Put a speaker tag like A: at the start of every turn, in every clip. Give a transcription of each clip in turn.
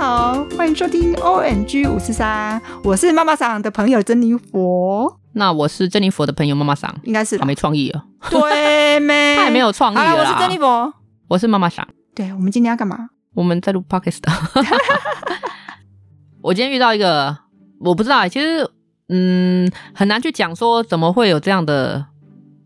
A: 好，欢迎收听 O N G 五四三，我是妈妈桑的朋友珍妮佛，
B: 那我是珍妮佛的朋友妈妈桑，
A: 应该是
B: 她
A: 吧？
B: 没创意了，啊
A: 对 没？
B: 她也没有创意
A: 好
B: 了啦。
A: 啦啊我是珍妮佛。
B: 我是妈妈桑，
A: 对，我们今天要干嘛？
B: 我们在录 podcast。我今天遇到一个，我不知道欸，其实嗯很难去讲说怎么会有这样的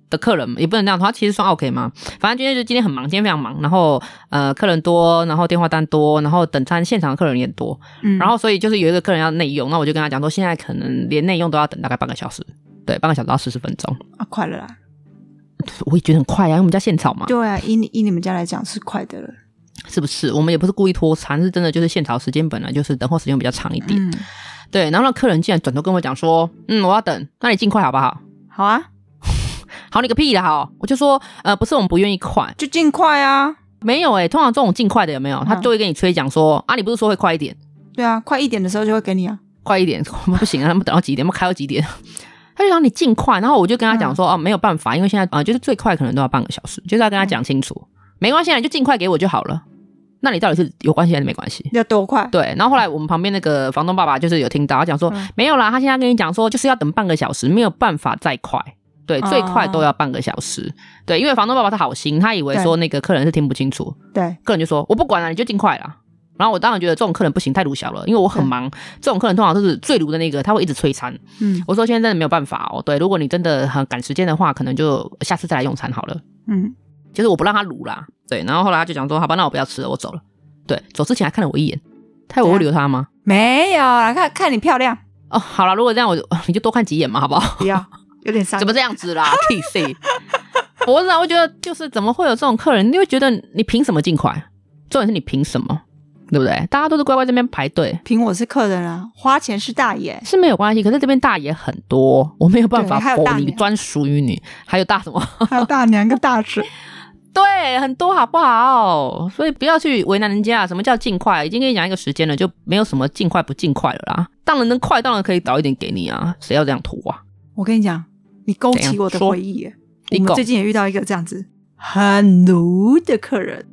B: 的客人，也不能这样说，他其实算 OK 嘛。反正今天就今天很忙，今天非常忙，然后呃客人多，然后电话单多，然后等餐现场的客人也多，
A: 嗯
B: 然后所以就是有一个客人要内用，那我就跟他讲说，现在可能连内用都要等大概半个小时，对，半个小时到四十分钟，
A: 啊，快了啦。
B: 我也觉得很快呀、因为我们家现炒嘛，
A: 对啊，以你以你们家来讲是快的了。
B: 是不是？我们也不是故意拖长，是真的就是现炒时间本来就是等候时间比较长一点，
A: 嗯，
B: 对。然后那客人竟然转头跟我讲说，嗯，我要等，那你尽快好不好？
A: 好啊，
B: 好你个屁啦！好，我就说，呃，不是我们不愿意快，
A: 就尽快啊。
B: 没有欸诶、通常这种尽快的有没有？他就会跟你吹讲说，啊，你不是说会快一点，
A: 对啊，快一点的时候就会给你啊。
B: 快一点， 我们不行啊，他们等到几点？他们开到几点？ 他就让你尽快，然后我就跟他讲说，哦、没有办法，因为现在啊、呃就是最快可能都要半个小时，就是要跟他讲清楚，没关系啊，你就尽快给我就好了。那你到底是有关系还是没关系？
A: 要多快？
B: 对，然后后来我们旁边那个房东爸爸就是有听到，他讲说、
A: 嗯
B: 没有啦，他现在跟你讲说就是要等半个小时，没有办法再快，对，
A: 哦
B: 最快都要半个小时，对，因为房东爸爸他好心，他以为说那个客人是听不清楚，
A: 对，
B: 客人就说我不管了，你就尽快啦。然后我当然觉得这种客人不行，太鲁小了，因为我很
A: 对
B: 忙，这种客人通常都是最鲁的那个，他会一直催餐。
A: 嗯
B: 我说现在真的没有办法哦，对，如果你真的很赶时间的话，可能就下次再来用餐好了。
A: 嗯，
B: 就是我不让他卤啦，对，然后后来他就讲说，好吧，那我不要吃了，我走了。对，走之前还看了我一眼，
A: 啊
B: 他有我会留他吗？
A: 没有啦，看看你漂亮，
B: 哦，好了，如果这样我就 你就多看几眼嘛，好不好？
A: 不要，有点伤
B: 怎。么这样子啦 T C，我不知道，我觉得就是怎么会有这种客人？你会觉得你凭什么尽快？重点是你凭什么，对不对？大家都是乖乖这边排队
A: 凭我是客人啊，花钱是大 爷。
B: 是没有关系，可是这边大爷很多，我没有办法
A: 对还有
B: 否
A: 大
B: 你
A: 娘
B: 专属于你，还有大什么？
A: 还有大娘跟大婶，
B: 对，很多好不好？所以不要去为难人家。啊什么叫尽快？已经跟你讲一个时间了，就没有什么尽快不尽快了啦。当然能快，当然可以早一点给你啊，谁要这样拖啊？
A: 我跟你讲，你勾
B: 怎
A: 起
B: 样
A: 我的
B: 说
A: 回忆耶。
B: 你
A: 我们
B: 讲
A: 最近也遇到一个这样子很奴的客人，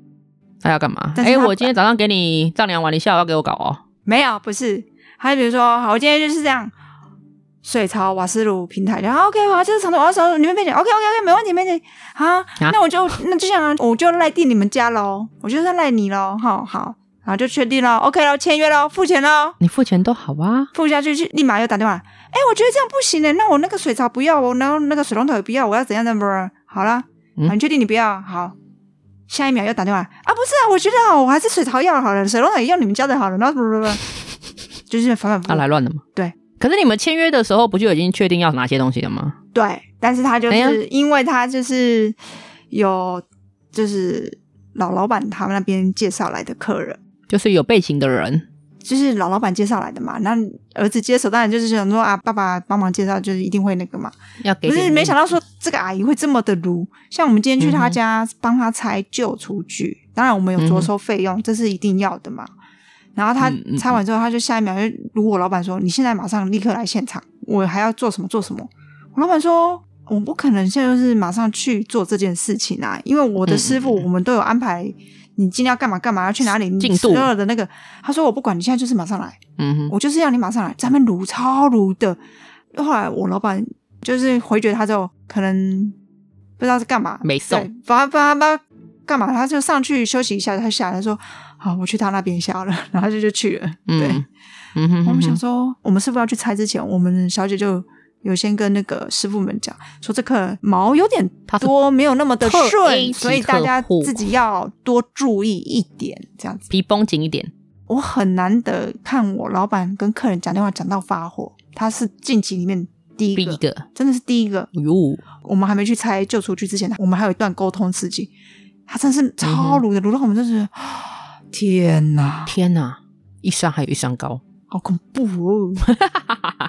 B: 他要干嘛？
A: 但
B: 哎、
A: 是他
B: 我今天早上给你丈量完，你下午要给我搞哦。
A: 没有，不是。他比如说，好，我今天就是这样，水槽、瓦斯炉、平台，然后 OK，我要这个长度，我要长度，你们配点，OK OK OK，没问题没问题。好，
B: 啊
A: 那我就那就想，我就赖定你们家喽，我就算赖你喽，好好，然后就确定喽，OK 喽，签约喽，付钱喽，
B: 你付钱都好啊。
A: 付下去去，立马又打电话，哎、我觉得这样不行呢，那我那个水槽不要哦，然后那个水龙头也不要，我要怎样怎么？好啦，
B: 嗯
A: 好你确定你不要？好，下一秒又打电话啊，不是啊，我觉得啊，我还是水槽要好了，水龙头也要你们家的好了，然后 不不不，就是反反复
B: 他、
A: 复。
B: 来乱了嘛？
A: 对。
B: 可是你们签约的时候不就已经确定要哪些东西了吗？
A: 对，但是他就
B: 哎呀
A: 是因为他就是有就是老老板他们那边介绍来的客人。
B: 就是有背景的人，
A: 就是老老板介绍来的嘛，那儿子接手当然就是想说啊，爸爸帮忙介绍，就是一定会那个嘛。
B: 要给
A: 不是
B: 点
A: 没想到说这个阿姨会这么的鲁，像我们今天去她
B: 嗯
A: 家帮她拆旧厨具，当然我们有着收费用，这是一定要的嘛。然后她
B: 嗯嗯
A: 拆完之后，她就下一秒就如我老板说：“你现在马上立刻来现场，我还要做什么做什么。”我老板说：“我不可能现在就是马上去做这件事情啊，因为我的师傅我们都有安排，你今天要干嘛干嘛，要去哪里，你
B: 嗯进度
A: 所有的那个。”他说：“我不管，你现在就是马上来。”
B: 嗯哼，
A: 我就是要你马上来，咱们撸超撸的。后来我老板就是回绝他之后，可能不知道是干嘛，
B: 没送
A: 对，把把把干嘛，他就上去休息一下，他下来说：“好，我去他那边下了。”然后他就就去了。对，
B: 嗯，嗯哼，
A: 我们想
B: 嗯哼
A: 说，我们师傅要去拆之前，我们小姐就。有先跟那个师傅们讲，说这个毛有点
B: 他是
A: 多，没有那么的
B: 特 A
A: 顺，
B: 级
A: 所以大
B: 客
A: 家
B: 户
A: 自己要多注意一点，这样子。
B: 皮绷紧一点，
A: 我很难得看我老板跟客人讲电话讲到发火，他是近期里面第一
B: 第
A: 个，
B: 一个，
A: 真的是第一个。
B: 哟，
A: 我们还没去拆旧厨具之前，我们还有一段沟通时期，他真是超鲁的，鲁到我们真是，啊天哪，
B: 天哪，一山还有一山高。
A: 好恐怖 哦！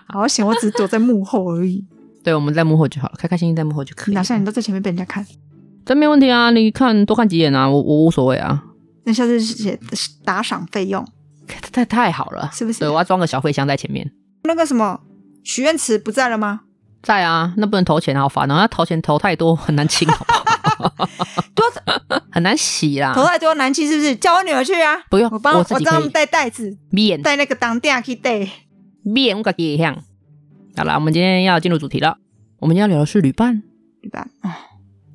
A: 好险，我只是躲在幕后而已，
B: 对，我们在幕后就好了，开开心心在幕后就可以了
A: 哪。像你都在前面被人家看。
B: 这没问题啊，你看多看几眼啊，我我无所谓啊，
A: 那下次写打赏费用
B: 太太好了，
A: 是不是
B: 对，？我要装个小费箱在前面。
A: 那个什么许愿池不在了吗？
B: 在啊啊，那不能投钱，好烦哦！那投钱投太多很难清，好不好？
A: 多
B: 很很难洗啦
A: 头，太多难清是不是？叫我女儿去啊，
B: 啊不用
A: 我帮
B: 我
A: 我
B: 自己
A: 帮他
B: 可以
A: 们带袋子，
B: 面
A: 带那个当垫去带。
B: 面我自己也像。好了，我们今天要进入主题了，我们今天要聊的是旅伴，
A: 对吧？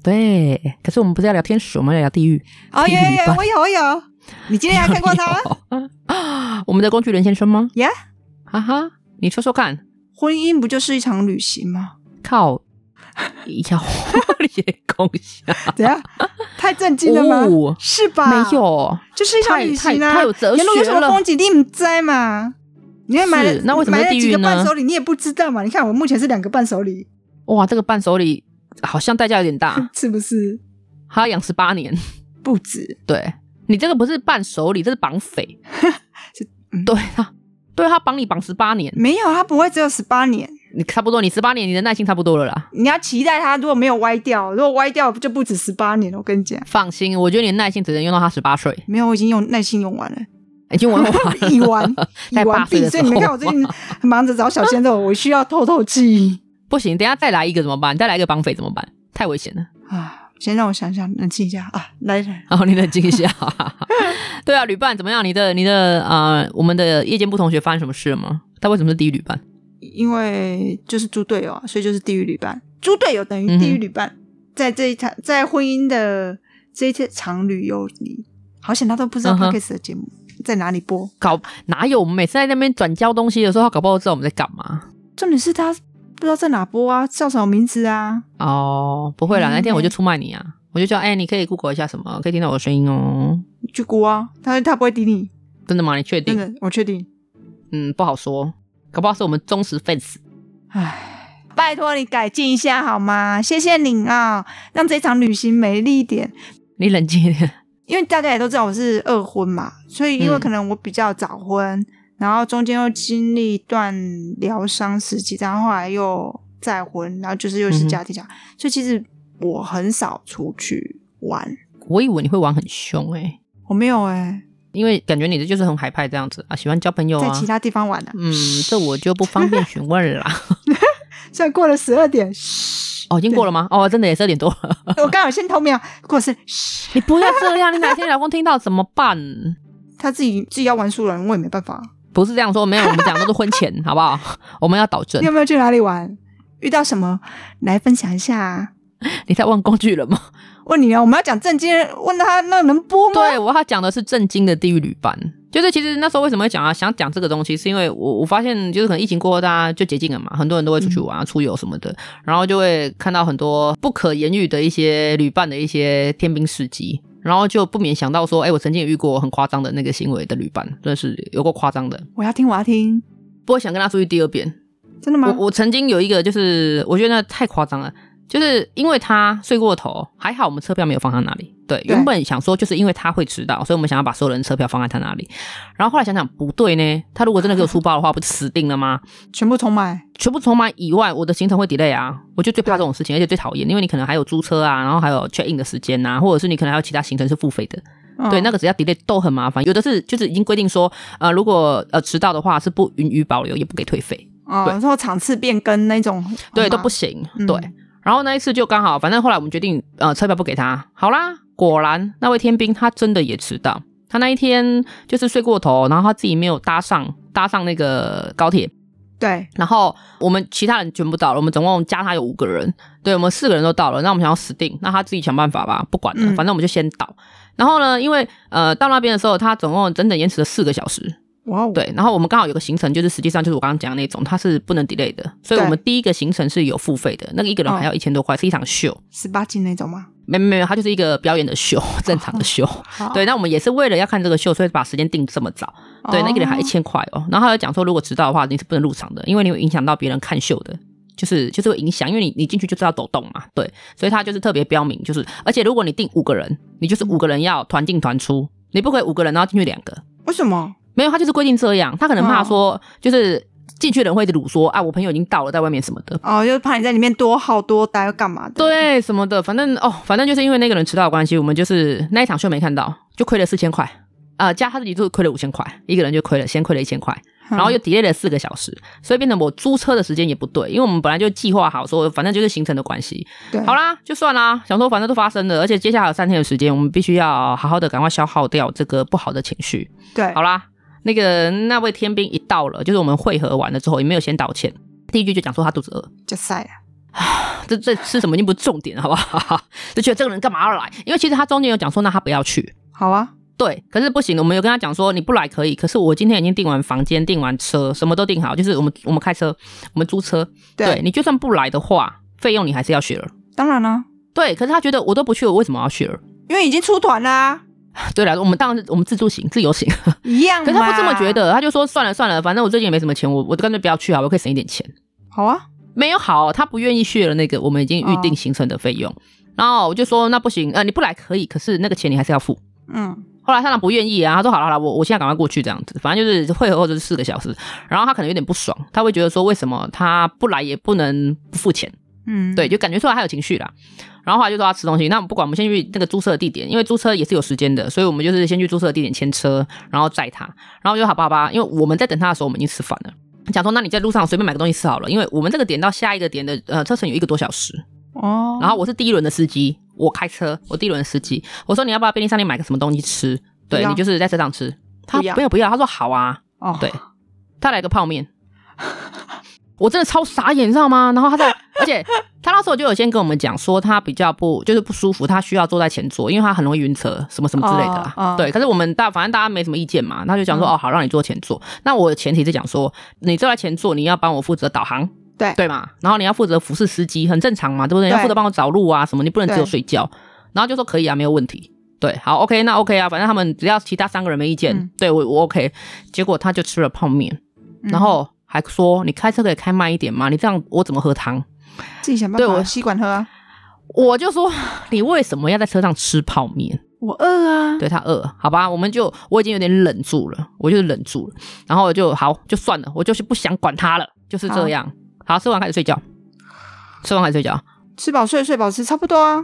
B: 对，可是我们不是要聊天使，我们要聊地狱。
A: 哦，有
B: 地狱
A: 有有，
B: 版
A: 我有我有。你今天还看过 他？
B: 他？我们的工具人先生吗？
A: Yeah
B: 哈哈，你说说看，
A: 婚姻不就是一场旅行 吗？
B: 靠， 要你的功效
A: 怎样？太震惊了吗？
B: 哦
A: 是吧？
B: 没，有，
A: 就是一场旅
B: 太
A: 行
B: 太
A: 啊。
B: 太有哲学
A: 沿路有什么
B: 了
A: 风。景你不摘嘛？你看买了
B: 是那为什么
A: 买了
B: 地狱
A: 几个
B: 呢
A: 伴手礼，你也不知道嘛？你看我目前是两个伴手礼，，
B: 哇，这个伴手礼好像代价有点大
A: 是不是
B: 他要养十八年。
A: 不止？
B: 对你这个不是伴手礼，这是绑匪
A: 是嗯。
B: 对啊，对他绑你绑十八年，
A: 没有，他不会只有十八年。
B: 你差不多，你十八年你的耐心差不多了啦。
A: 你要期待他，如果没有歪掉，如果歪掉就不止十八年了。我跟你讲，
B: 放心，我觉得你的耐心只能用到他十八岁，
A: 没有，我已经用耐心用完了，
B: 已经玩完 了。
A: 已完已
B: 在八
A: 完
B: 岁
A: 毕。
B: 的时
A: 所以
B: 候
A: 你们看我最近忙着找小鲜肉，我需要透透气
B: 不行，等一下再来一个怎么办？再来一个绑匪怎么办？太危险了。
A: 啊。先让我想想，冷静一下啊，来来，
B: 然后你冷静一下。 对啊，旅伴怎么样？你的你的呃，我们的夜间部同学发生什么事了吗？他为什么是第一旅伴？
A: 因为就是猪队友啊，所以就是地狱旅伴。猪队友等
B: 嗯
A: 于地狱旅伴，在这一场在婚姻的这一场旅游里，好险他都不知道
B: 嗯哼
A: podcast 的节目在哪里播。
B: 搞哪有？我们每次在那边转交东西的时候，他搞不好知道我们在干嘛。
A: 重点是他不知道在哪播啊，叫什么名字啊？
B: 哦，不会啦，
A: 嗯
B: 那天我就出卖你啊，我就叫哎、你可以 Google 一下什么，可以听到我的声音哦。
A: 去估啊，他他不会理你，
B: 真的吗？你确
A: 真
B: 定？
A: 的，我确定。
B: 嗯，不好说，搞不好是我们忠实 fans。
A: 唉，拜托你改进一下好吗？谢谢您啊、让这场旅行美丽一点。
B: 你冷静一点。
A: 因为大家也都知道我是二婚嘛，所以因
B: 嗯
A: 为可能我比较早婚，然后中间又经历一段疗伤时期，然后后来又再婚，然后就是又
B: 嗯
A: 是家庭家，所以其实我很少出去玩，
B: 我以为你会玩很凶哎、
A: 我没有哎、
B: 因为感觉你的就是很海派这样子啊，喜欢交朋友
A: 在
B: 啊。
A: 其他地方玩的、
B: 嗯，这我就不方便询问 了啦。
A: 现在过了十二点，
B: 哦，已经过了吗？哦，真的也十二点多了。
A: 我刚好先偷瞄，过是嘘
B: 你不要这样，你哪天老公听到怎么办？
A: 他自己自己要玩输了，我也没办法。
B: 不是这样说，没有，我们讲都是婚前， 好不好？我们要导正
A: 你。有没有去哪里玩？遇到什么来分享一下、啊？
B: 你在问工具人吗？
A: 问你啊，我们要讲正经，问他那能播吗？
B: 对，我要讲的是震惊的地狱旅伴。就是其实那时候为什么会讲啊，想讲这个东西，是因为我我发现就是可能疫情过后大家就解禁了嘛，很多人都会出去玩、啊、出游什么的，然后就会看到很多不可言喻的一些旅伴的一些天兵事迹，然后就不免想到说，哎、我曾经也遇过很夸张的那个行为的旅伴，真的是有过夸张的，
A: 我要听，我要听，
B: 不会想跟他出去第二遍。
A: 真的吗？
B: 我我曾经有一个，就是我觉得那太夸张了，就是因为他睡过头，还好我们车票没有放他那里。对，
A: 对
B: 原本想说就是因为他会迟到，所以我们想要把所有人车票放在他那里。然后后来想想不对呢，他如果真的给我出包的话，不就死定了吗？
A: 全部重买，
B: 全部重满以外，我的行程会 delay 啊，我就最怕这种事情，而且最讨厌，因为你可能还有租车啊，然后还有 check in 的时间呐、啊，或者是你可能还有其他行程是付费的。
A: 嗯
B: 对，那个只要 delay 都很麻烦，有的是就是已经规定说，呃，如果呃迟到的话是不允予保留，也不给退费。
A: 哦，
B: 对
A: 然后场次变更那种，
B: 对，
A: 好
B: 都
A: 吗
B: 不行。
A: 嗯
B: 对，然后那一次就刚好，反正后来我们决定，呃，车票不给他。好啦，果然那位天兵他真的也迟到，他那一天就是睡过头，然后他自己没有搭上搭上那个高铁，
A: 对，
B: 然后我们其他人全部到了，我们总共加他有五个人，对我们四个人都到了。那我们想要死定，那他自己想办法吧，不管了，
A: 嗯
B: 反正我们就先到。然后呢，因为呃到那边的时候，他总共整整延迟了四个小时，
A: 哇哦，
B: 对，然后我们刚好有个行程，就是实际上就是我刚刚讲的那种，它是不能 delay 的，所以我们第一个行程是有付费的，那个一个人还要一千多块，是一场秀，
A: 十八禁那种吗？
B: 没没没，它就是一个表演的秀， 正常的秀。
A: 好
B: 对，那我们也是为了要看这个秀，所以把时间定这么早。对，那一个人还一千块哦，然后他就讲说，如果迟到的话，你是不能入场的，因为你会影响到别人看秀的。就是就是会影响，因为你你进去就知道抖动嘛，对，所以他就是特别标明，就是而且如果你定五个人，你就是五个人要团进团出，你不可以五个人然后进去两个，
A: 为什么？
B: 没有，他就是规定这样，他可能怕说，就是进去的人会一直鲁说啊，我朋友已经到了，在外面什么的。
A: 哦，就是怕你在里面多耗多待，要干嘛的？，
B: 对，什么的，反正哦，反正就是因为那个人迟到的关系，我们就是那一呃场秀没看到，就亏了四千块，啊，加他自己就亏了五千块，一个人就亏了，先亏了一千块，
A: 嗯
B: 然后又 delay 了四个小时，所以变成我租车的时间也不对，因为我们本来就计划好说，反正就是行程的关系。
A: 对，
B: 好啦，就算啦，想说反正都发生了，而且接下来有三天的时间，我们必须要好好的赶快消耗掉这个不好的情绪。
A: 对，
B: 好啦，那个那位天兵一到了，就是我们会合完了之后，也没有先道歉，第一句就讲说他肚子饿，
A: 就晒了。
B: 这这吃什么已经不是重点了，好不好？ 就觉得这个人干嘛要来？因为其实他中间有讲说，那他不要去。
A: 好啊，
B: 对，可是不行，我们有跟他讲说你不来可以，可是我今天已经订完房间、订完车，什么都订好，就是我们我们开车，我们租车。
A: 对
B: 你就算不来的话，费用你还是要 share。
A: 当然了，
B: 对，可是他觉得我都不去，我为什么要 share？
A: 因为已经出团啦、
B: 对了，我们当然是我们自助行、自由行，
A: 一样嘛。
B: 可是他不这么觉得，他就说算了算了，反正我最近也没什么钱，我我干脆不要去好啊了，我可以省一点钱。
A: 好啊，
B: 没有好，他不愿意续了那个我们已经预定行程的费用。然后我就说那不行，呃，你不来可以，可是那个钱你还是要付。
A: 嗯，
B: 后来他俩不愿意啊，他说好了好了，我我现在赶快过去这样子，反正就是会合后就是四个小时。然后他可能有点不爽，他会觉得说为什么他不来也不能不付钱，
A: 嗯，
B: 对，，就感觉出来他有情绪啦。然后后来就说他吃东西，那我们不管，我们先去那个租车的地点，因为租车也是有时间的，所以我们就是先去租车的地点牵车，然后载他。然后我就说好吧好吧，因为我们在等他的时候，我们已经吃饭了。讲说，那你在路上随便买个东西吃好了，因为我们这个点到下一个点的呃车程有一个多小时。
A: 哦，
B: 然后我是第一轮的司机，我开车，我第一轮的司机，我说你要不要便利商店买个什么东西吃？
A: 不
B: 对
A: 要
B: 你就是在车上吃，他
A: 不要
B: 没有不要，他说好啊，
A: 哦，
B: 对他来个泡面， 我真的超傻眼，你知道吗？然后他在， 而且他那时候就有先跟我们讲说他比较不就是不舒服，他需要坐在前座，因为他很容易晕车什么什么之类的啊、
A: 哦哦
B: 对，可是我们大反正大家没什么意见嘛，他就讲说、
A: 嗯
B: 哦好，让你坐前座。那我的前提是讲说你坐在前座，你要帮我负责导航。
A: 对
B: 对嘛，然后你要负责服侍司机，很正常嘛，对不对？
A: 对
B: 要负责帮我找路啊什么，你不能只有
A: 对
B: 睡觉。然后就说可以啊，没有问题。对，好，OK，那 OK 啊，反正他们只要其他三个人没意见，
A: 嗯
B: 对我我 OK。结果他就吃了泡面，
A: 嗯
B: 然后还说你开车可以开慢一点吗？你这样我怎么喝汤？
A: 自己想办
B: 对
A: 法，
B: 我
A: 吸管喝啊，
B: 我就说 你为什么要在车上吃泡面？
A: 我饿啊，
B: 对他饿，好吧，我们就我已经有点忍住了，我就忍住了，然后我就好就算了，我就是不想管他了，就是这样。好，吃完开始睡觉，吃完开始睡觉。
A: 吃饱睡，睡饱吃，差不多啊。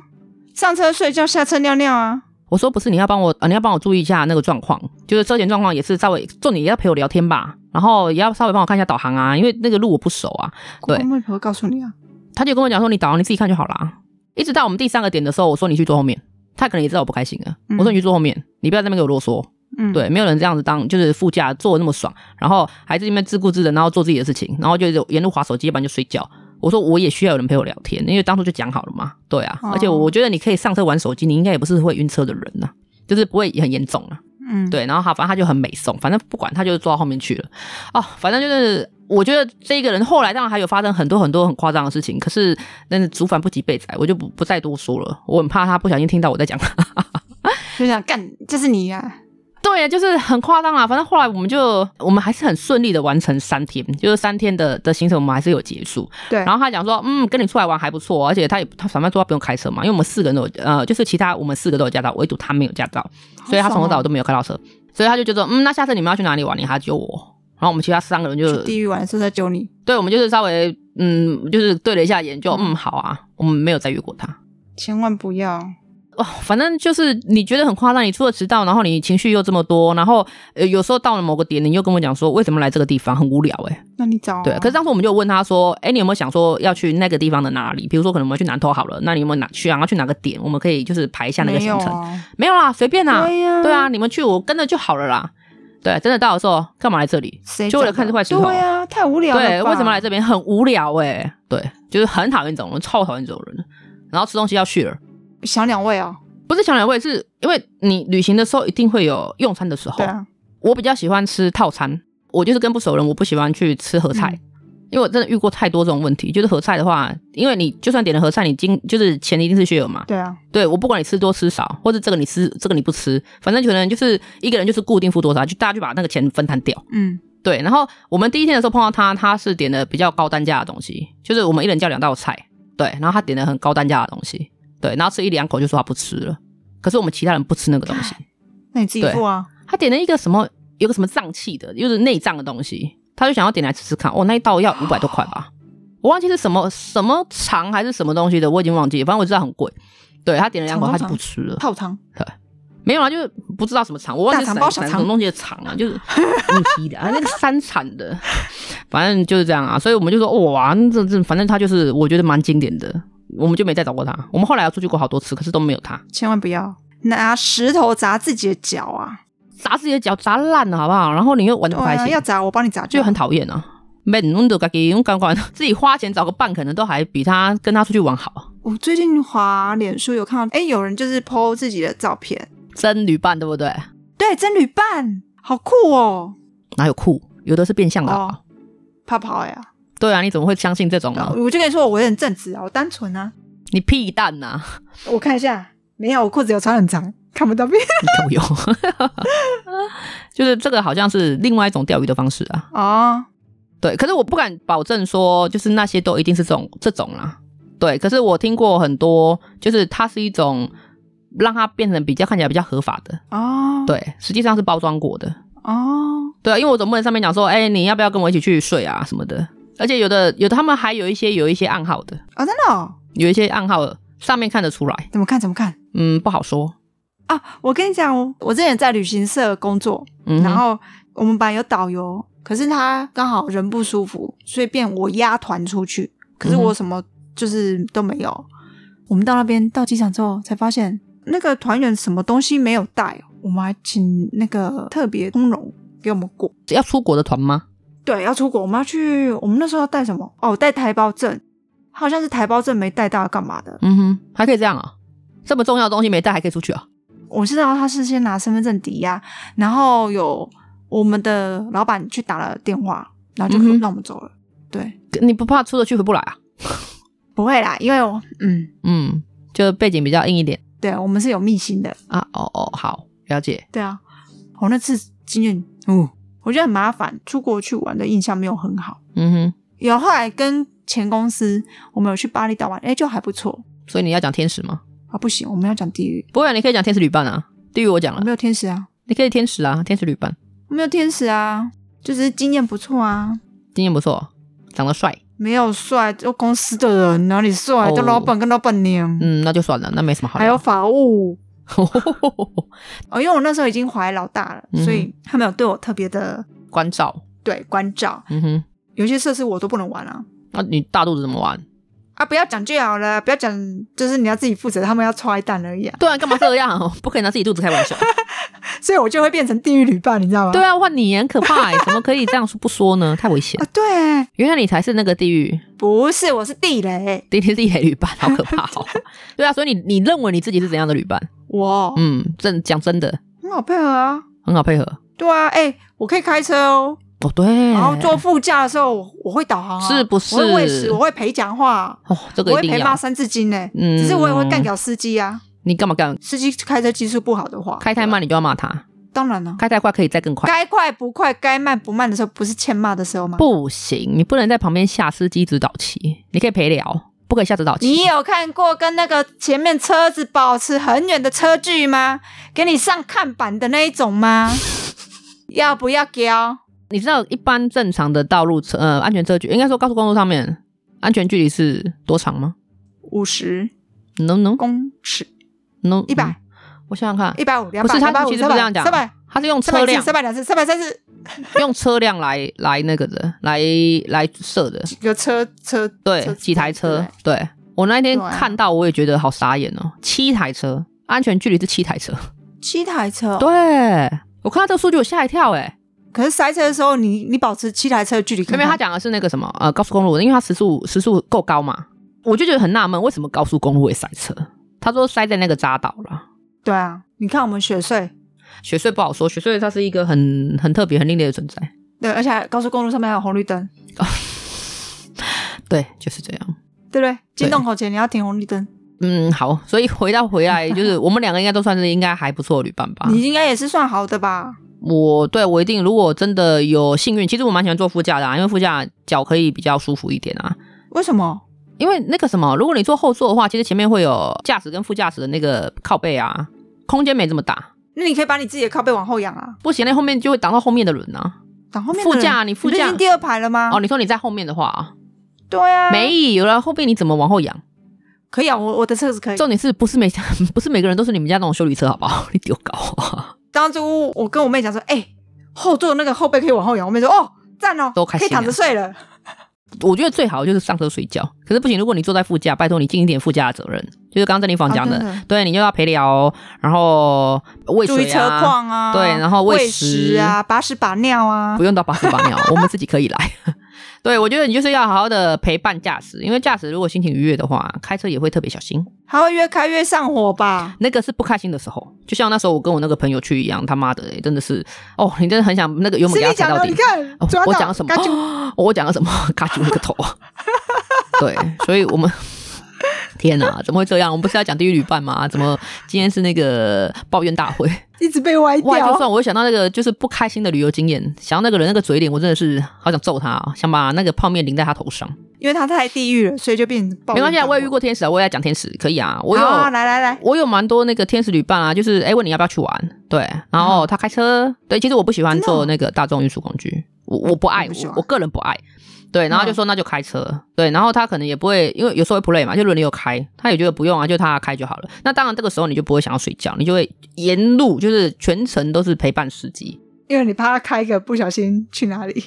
A: 上车睡觉，下车尿尿啊。
B: 我说不是，你要帮我，呃、你要帮我注意一下那个状况，就是车前状况也是稍微，重点也要陪我聊天吧，然后也要稍微帮我看一下导航啊，因为那个路我不熟啊。对
A: 我妹婆告诉你啊，
B: 他就跟我讲说，你导航你自己看就好啦。一直到我们第三个点的时候，我说你去坐后面，他可能也知道我不开心了，
A: 嗯
B: 我说你去坐后面，你不要在那边给我啰嗦，
A: 嗯，，
B: 对，没有人这样子当就是副驾坐的那么爽，然后还在那边自顾自的，然后做自己的事情，然后就沿路划手机，要不然就睡觉。我说我也需要有人陪我聊天，因为当初就讲好了嘛，对啊，
A: 哦
B: 而且我觉得你可以上车玩手机，你应该也不是会晕车的人呐、就是不会很严重啊。
A: 嗯，，
B: 对，然后他反正他就很美颂，反正不管他就是坐到后面去了。哦，反正就是我觉得这个人后来当然还有发生很多很多很夸张的事情，可是那是竹反不及被宰，我就不不再多说了。我很怕他不小心听到我在讲。
A: 就想干，这是你啊，
B: 对，就是很夸张啊。反正后来我们就我们还是很顺利的完成三天，就是三天的的行程我们还是有结束。
A: 对，
B: 然后他讲说，嗯，跟你出来玩还不错，而且他也他反正说他不用开车嘛，因为我们四个人都有，呃，就是其他我们四个都有驾照，唯独他没有驾照，所以他
A: 哦
B: 从头到尾都没有开到车，所以他就觉得，嗯，那下次你们要去哪里玩，你还要揪我。然后我们其他三个人就
A: 去地狱玩的时候再揪你，
B: 对我们就是稍微嗯，就是对了一下眼，就嗯好啊，我们没有再约过他。
A: 千万不要。
B: 哦，反正就是你觉得很夸张，你除了迟到，然后你情绪又这么多，然后呃有时候到了某个点，你又跟我讲说为什么来这个地方很无聊哎、
A: 那你找啊
B: 对，可是当时我们就问他说，哎、你有没有想说要去那个地方的哪里？比如说可能我们去南投好了，那你有没有哪去想要去哪个点？我们可以就是排一下那个
A: 没有
B: 行程。
A: 啊，
B: 没有啦，随便啦，
A: 对呀，
B: 对啊，，你们去我跟着就好了啦。对，真的到的时候干嘛来这里？
A: 谁
B: 就为了
A: 找
B: 看这
A: 的
B: 块石头
A: 对啊，太无聊了吧。
B: 对，为什么来这边很无聊哎、对，就是很讨厌这种人，超讨厌这种人。然后吃东西要去了。
A: 小鸟胃哦？
B: 不是小鸟胃，是因为你旅行的时候一定会有用餐的时候。
A: 对啊，
B: 我比较喜欢吃套餐，我就是跟不熟人，我不喜欢去吃合菜，
A: 嗯
B: 因为我真的遇过太多这种问题。就是合菜的话，因为你就算点了合菜，你今就是钱一定是血额嘛。
A: 对啊，
B: 对我不管你吃多吃少，或者这个你吃这个你不吃，反正可能就是一个人就是固定付多少，就大家就把那个钱分摊掉。
A: 嗯，
B: 对，然后我们第一天的时候碰到他，他是点的比较高单价的东西，就是我们一人叫两道菜，对，然后他点的很高单价的东西，对，然后吃一两口就说他不吃了，可是我们其他人不吃那个东西，
A: 那你自己
B: 对
A: 付啊。
B: 他点了一个什么有个什么脏器的，就是内脏的东西，他就想要点来吃吃看，哦，那一道要五百多块吧，我忘记是什么什么肠还是什么东西的，我已经忘记了，反正我知道很贵，对他点了两口
A: 肠
B: 他
A: 多
B: 就不吃了，
A: 泡汤，
B: 没有啊，就是不知道什么厂，我忘记
A: 大肠
B: 是
A: 包
B: 什
A: 小
B: 么
A: 肠
B: 什么东西的厂啊，就是 木西的啊，那个三产的，反正就是这样啊。所以我们就说哇，那这这反正他就是我觉得蛮经典的，我们就没再找过他。我们后来有出去过好多次，可是都没有他。
A: 千万不要拿石头砸自己的脚啊！
B: 砸自己的脚砸烂了好不好？然后你又玩的
A: 对
B: 不开
A: 啊，
B: 心，
A: 要砸我帮你砸
B: 就
A: 好
B: 很讨厌啊。没，弄得自己用钢管，自己花钱找个伴，可能都还比他跟他出去玩好。
A: 我最近滑脸书有看到，哎，有人就是 PO 自己的照片，
B: 真女伴对不对？
A: 对，真女伴，好酷哦！
B: 哪有酷？有的是变相的、啊。
A: 哦，怕跑呀、
B: 对啊，你怎么会相信这种呢？
A: 我就跟你说，我有点正直啊，我单纯啊。
B: 你屁蛋啊呐、
A: 我看一下，没有，我裤子有穿很长，看不到边。
B: 你都有， 就是这个好像是另外一种钓鱼的方式啊。
A: 哦，
B: 对，可是我不敢保证说，就是那些都一定是这种这种啦。对，可是我听过很多，就是它是一种让它变成比较看起来比较合法的，
A: 哦，，
B: 对，实际上是包装过的。
A: 哦，
B: 对啊，因为我总不能上面讲说，哎、你要不要跟我一起去睡啊什么的。而且有的有的他们还有一些有一些暗号的，
A: 哦，真的、哦？
B: 有一些暗号上面看得出来，
A: 怎么看？怎么看？
B: 嗯，不好说。
A: 啊，我跟你讲，我我之前在旅行社工作，
B: 嗯哼，
A: 然后我们班有导游，可是他刚好人不舒服，所以变我压团出去。可是
B: 嗯哼
A: 我什么就是都没有。我们到那边到机场之后，才发现那个团员什么东西没有带哦，我们还请那个特别通融给我们过。
B: 要出国的团吗？
A: 对，要出国，我们要去。我们那时候要带什么？哦，带台胞证，好像是台胞证没带到，干嘛的？
B: 嗯哼，还可以这样啊、这么重要的东西没带还可以出去啊？
A: 我知道他是先拿身份证抵押，然后有我们的老板去打了电话，然后就
B: 嗯哼
A: 让我们走了。对，
B: 你不怕出得去回不来啊？
A: 不会啦，因为我嗯，
B: 嗯，就背景比较硬一点
A: 对啊我们是有密心的。
B: 啊。哦哦，好，了解。
A: 对啊，我那次经验，嗯，我觉得很麻烦，出国去玩的印象没有很好。
B: 嗯哼，
A: 有后来跟前公司，我们有去巴厘岛玩，哎，就还不错
B: 所以你要讲天使吗？
A: 啊。不行，我们要讲地狱，
B: 不会、啊，你可以讲天使旅伴啊。地狱我讲
A: 我
B: 了，
A: 没有天使啊，
B: 你可以天使啊，天使旅伴，
A: 我没有天使啊，就只是经验不错啊。
B: 经验不错，长得帅，
A: 没有帅，就公司的人哪里帅？
B: 哦
A: 就老板跟老板娘，
B: 嗯，那就算了，那没什么好
A: 还
B: 聊。
A: 有法务，
B: 有
A: 哦，因为我那时候已经怀老大了，
B: 嗯哼
A: 所以他们有对我特别的
B: 关照，
A: 对关照，
B: 嗯哼，
A: 有些设施我都不能玩啊。
B: 那你大肚子怎么玩？
A: 啊，不要讲就好了，不要讲，就是你要自己负责，他们要踹蛋而已啊。
B: 对啊，干嘛这样？ 不可以拿自己肚子开玩笑。
A: 所以我就会变成地狱旅伴，你知道吗？
B: 对啊，换你很可怕、欸，怎么可以这样说不说呢？太危险
A: 啊。，对，
B: 原来你才是那个地狱
A: 不是，我是地雷，
B: 第天是野旅伴，好可怕哦！对啊，所以你你认为你自己是怎样的旅伴？
A: 我、
B: 嗯，真讲真的，
A: 很好配合啊。
B: 很好配合
A: 对啊，哎、我可以开车哦，
B: 哦。对，
A: 然后坐副驾的时候我我会导航啊，
B: 是不是
A: 我会喂食，我会陪讲话啊、
B: 哦，这
A: 我
B: 个
A: 会
B: 一定
A: 陪骂
B: 要。
A: 三字经呢、
B: 嗯
A: 只是我也会干掉司机啊。
B: 你干嘛干？
A: 司机开车技术不好的话，
B: 开太慢你就要骂他，
A: 当然了，
B: 开太快可以再更快。
A: 该快不快，该慢不慢的时候，不是欠骂的时候吗？，
B: 不行，你不能在旁边下司机指导棋，你可以陪聊，不可以下指导棋。
A: 你有看过跟那个前面车子保持很远的车距吗？给你上看板的那一种吗？ 要不要哦教？
B: 你知道一般正常的道路车呃安全车距，应该说高速公路上面安全距离是多长吗
A: 五十
B: ？No No
A: 公尺，
B: No，
A: 一百、
B: 我想想看，
A: 一百五、两
B: 嗯不
A: 百、
B: 是
A: 两
B: 他
A: 百
B: 其
A: 五、
B: 实
A: 三
B: 不是
A: 百
B: 这样讲，
A: 三百、
B: 他是用
A: 三百
B: 车
A: 一
B: 辆
A: 十、三百两十、三百三十，
B: 用车辆来来那个的，来来设的，
A: 几个车车
B: 对，几台车，对我那一天
A: 对啊
B: 看到，我也觉得好傻眼哦，七台车，安全距离是七台车，
A: 七台车。哦
B: 对我看到这个数据我吓一跳，哎，
A: 可是塞车的时候，你你保持七台车的距离，
B: 妹妹她讲的是那个什么呃高速公路，因为它时速时速够高嘛，我就觉得很纳闷，为什么高速公路会塞车？她说塞在那个匝道了。
A: 对啊，你看我们雪隧，
B: 雪隧不好说，雪隧它是一个很很特别、很另类的存在。
A: 对，而且还高速公路上面还有红绿灯，
B: 对，就是这样。
A: 对不对？进洞口前你要停红绿灯，
B: 嗯，好，所以回到回来，就是我们两个应该都算是应该还不错的旅伴 吧。
A: 你应该也是算好的吧？
B: 我对我一定，如果真的有幸运，其实我蛮喜欢坐副驾的、啊，因为副驾脚可以比较舒服一点啊。
A: 为什么？
B: 因为那个什么，如果你坐后座的话，其实前面会有驾驶跟副驾驶的那个靠背啊，空间没这么大。
A: 那你可以把你自己的靠背往后仰啊，
B: 不行，那后面就会挡到后面的人啊。哦
A: 挡后面的人
B: 副驾你副驾
A: 不是已经第二排了吗？
B: 哦，你说你在后面的话啊，
A: 对啊，，
B: 没有了，后面你怎么往后仰？
A: 可以啊，我我的车子可以。
B: 重点是不是每 不是每个人都是你们家那种修理车，好不好？你 丢搞啊！
A: 当初我跟我妹讲说，哎、后座那个后背可以往后仰，我妹说哦，赞哦，
B: 都开
A: 可
B: 心啊
A: 以躺着睡了。
B: 我觉得最好就是上车睡觉，可是不行，如果你坐在副驾，拜托你尽一点副驾的责任，就是刚刚郑林房讲
A: 哦
B: 的，
A: 真的
B: 对你又要陪聊，哦然后喂
A: 注意
B: 水
A: 车
B: 啊，
A: 况啊，
B: 对然后喂
A: 喂
B: 食
A: 啊，把屎把尿啊
B: 不，用到把屎 把尿，我们自己可以来。 对，我觉得你就是要好好的陪伴驾驶，因为驾驶如果心情愉悦的话，开车也会特别小心。
A: 还会越开越上火吧？
B: 那个是不开心的时候，就像那时候我跟我那个朋友去一样，他妈的、真的是哦，你真的很想那个油门
A: 是
B: 给他
A: 你
B: 踩
A: 讲
B: 到
A: 的，
B: 底
A: 你。看
B: 哦
A: 抓到
B: 我讲了什么哦
A: 嘎啾？
B: 我讲了什么？嘎啾一个头。对，所以我们天哪，怎么会这样？我们不是要讲地狱旅伴吗？怎么今天是那个抱怨大会？
A: 一直被 歪
B: 哇，就
A: 掉。
B: 算我又想到那个就是不开心的旅游经验，想到那个人那个嘴脸，我真的是好想揍他、啊，想把那个泡面淋在他头上。
A: 因为他太地狱了，所以就变成暴力
B: 没关系啊，
A: 大王
B: 我也遇过天使啊，我也来讲天使，可以啊，我有。
A: 好来来来，
B: 我有蛮多那个天使旅伴啊，就是哎、诶问你要不要去玩，对，然后他开车，对，其实我不喜欢
A: 嗯真的哦
B: 坐那个大众运输工具，我我不爱，
A: 我不喜
B: 我
A: 欢嗯
B: 我个人不爱，对，然后就说那就开车，对，然后他可能也不会，因为有时候会 play 嘛，就轮流开，他也觉得不用啊，就他开就好了。那当然这个时候你就不会想要睡觉，你就会沿路就是全程都是陪伴司机，
A: 因为你怕他开一个不小心去哪里，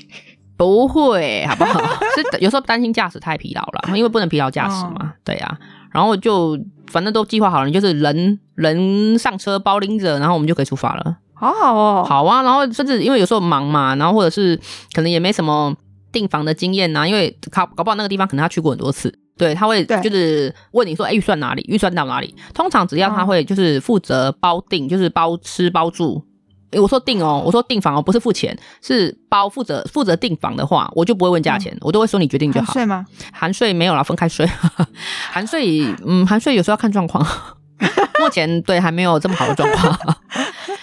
B: 不会，好不好？是有时候担心驾驶太疲劳了，因为不能疲劳驾驶嘛，对呀、然后就反正都计划好了，你就是人人上车包拎着，然后我们就可以出发了。
A: 好好哦，
B: 好啊，然后甚至因为有时候忙嘛，然后或者是可能也没什么订房的经验啊呐、因为搞搞不好那个地方可能他去过很多次，对，他会
A: 对
B: 就是问你说，哎，预算哪里？预算到哪里？通常只要他
A: 嗯
B: 会就是负责包订，就是包吃包住。诶我说订哦，我说订房哦，不是付钱，是包负责负责订房的话，我就不会问价钱，
A: 嗯
B: 我都会说你决定就
A: 好
B: 好。
A: 睡吗？
B: 含税没有啦，分开税。
A: 嗯
B: 含税，嗯，含税有时候要看 状况。目前对还没有这么好的状况，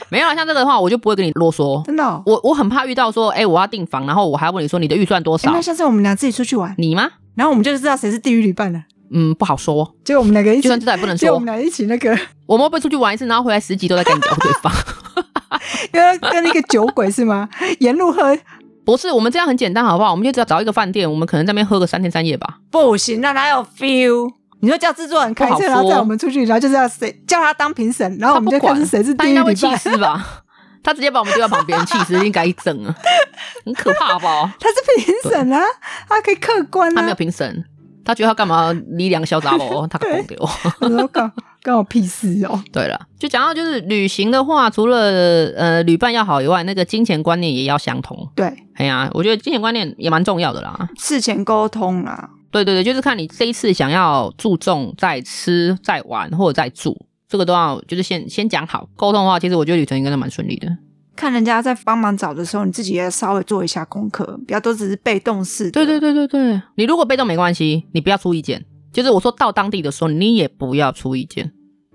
B: 没有啦。像这个的话，我就不会跟你啰嗦。
A: 真的哦。
B: 我我很怕遇到说，哎、我要订房，然后我还要问你说你的预算多
A: 哎
B: 少
A: 那？下次我们俩自己出去玩，
B: 你吗？
A: 然后我们就知道谁是地狱旅伴了。
B: 嗯，不好说。
A: 结果我们两个一
B: 就
A: 起，
B: 算知道也不能
A: 结果我
B: 说
A: 们。俩一起那个，
B: 我们会不会出去玩一次，然后回来十集都在跟你聊对方？
A: 跟跟那个酒鬼是吗？ 沿路喝
B: 不是，我们这样很简单，好不好？我们就只要找一个饭店，我们可能在那边喝个三天三夜吧。
A: 不行啊，哪有 feel？你说叫制作人开
B: 不好
A: 车，
B: 说
A: 然后载我们出去，然后就是要谁叫他当评审，然后啊
B: 他
A: 我们
B: 不
A: 就看
B: 管
A: 是谁是
B: 他
A: 地
B: 应
A: 狱
B: 该会
A: 旅
B: 气
A: 伴。
B: 死吧？他直接把我们丢到旁边，气死，应该一整啊，很可怕，好不好？
A: 他是评审啊，他可以客观
B: 他没
A: 啊
B: 有。评审，他觉得他干嘛你两个小杂 毛，他个丢。
A: 我说干干我屁事哦。
B: 对了，就讲到就是旅行的话，除了呃旅伴要好以外，那个金钱观念也要相同。
A: 对，
B: 哎呀、我觉得金钱观念也蛮重要的啦。
A: 事前沟通啊啦，
B: 对对对，就是看你这一次想要注重在吃、在玩或者在住，这个都要就是先先讲好沟通的话，其实我觉得旅程应该都蛮顺利的。
A: 看人家在帮忙找的时候，你自己也稍微做一下功课，不要都只是被动式的。
B: 对对对对对，你如果被动没关系，你不要出意见。就是我说到当地的时候，你也不要出意见。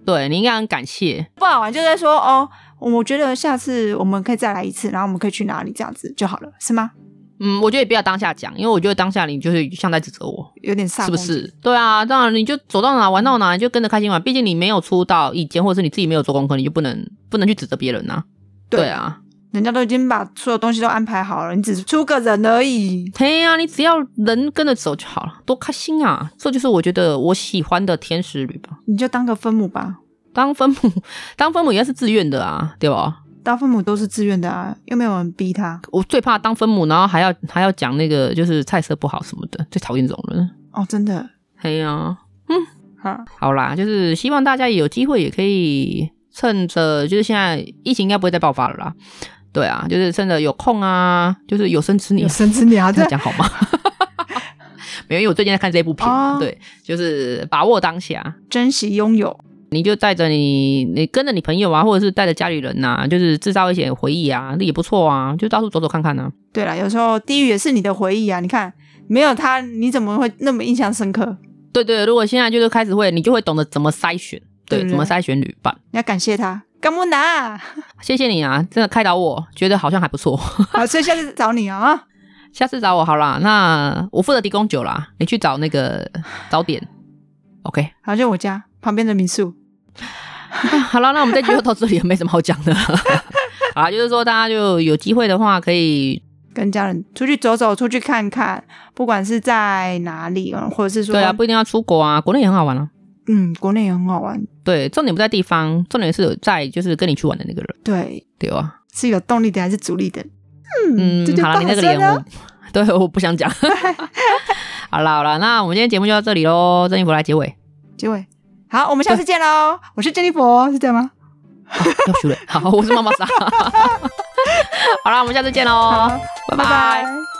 B: 对你应该很感谢，
A: 不好玩就在说哦，我觉得下次我们可以再来一次，然后我们可以去哪里这样子就好了，是吗？
B: 嗯，我觉得也不要当下讲，因为我觉得当下你就是像在指责我，
A: 有点煞，
B: 是不？是？对啊，当然你就走到哪玩到哪，你就跟着开心玩。毕竟你没有出到意见，或者是你自己没有做功课，你就不能不能去指责别人呐、
A: 对
B: 对啊，
A: 人家都已经把所有东西都安排好了，你只是出个人而已。
B: 嘿呀、你只要人跟着走就好了，多开心啊！这就是我觉得我喜欢的天使旅吧。
A: 你就当个分母吧，
B: 当分母，当分母应该是自愿的啊，对吧？
A: 当分母都是自愿的啊，又没有人逼他。
B: 我最怕当分母，然后还要还要讲那个就是菜色不好什么的，最讨厌这种人。
A: 哦，真的
B: 嘿呀、
A: 哈，
B: 好啦，就是希望大家也有机会也可以趁着就是现在疫情应该不会再爆发了啦。对啊，就是趁着有空啊，就是有生之
A: 有
B: 年，
A: 生之年啊，
B: 这
A: 这
B: 样讲好吗？ 没有，因为我最近在看这部片，
A: 哦
B: 对，就是把握当下，
A: 珍惜拥有。
B: 你就带着你，你跟着你朋友啊，或者是带着家里人呐、就是制造一些回忆啊，那也不错啊，就到处走走看看呐、
A: 对了，有时候地狱也是你的回忆啊，你看没有他，你怎么会那么印象深刻？
B: 对对，如果现在就是开始会，你就会懂得怎么筛选，对，
A: 对对
B: 怎么筛选旅伴。
A: 你要感谢他，干木 拿。
B: 谢谢你啊，真的开导我，觉得好像还不错。
A: 好，所以下次找你啊啊！
B: 下次找我好啦，那我负责提供酒啦，你去找那个 早点。OK，
A: 好，就我家旁边的民宿。
B: 好了，那我们这集就到这里了，没什么好讲的。 好啦，就是说大家就有机会的话，可以
A: 跟家人出去走走，出去看看，不管是在哪里，嗯或者是说，
B: 啊对啊，不一定要出国啊，国内也很好玩啊。
A: 嗯，国内也很好玩，
B: 对，重点不在地方，重点是有在就是跟你去玩的那个人，
A: 对，
B: 对吧？
A: 是有动力的还是阻力的？嗯，
B: 嗯
A: 这，就
B: 好
A: 大
B: 了，你那个
A: 声
B: 脸
A: 了
B: 我， 对，我不 想讲。好了好了，那我们今天节目就到这里喽，郑一博来结尾，
A: 结尾。好，我们下次见喽！我是珍妮佛，是这样吗？
B: 啊、要 输了。好，我是妈妈桑。好了，我们下次见喽，
A: 好，
B: 哦拜拜
A: 拜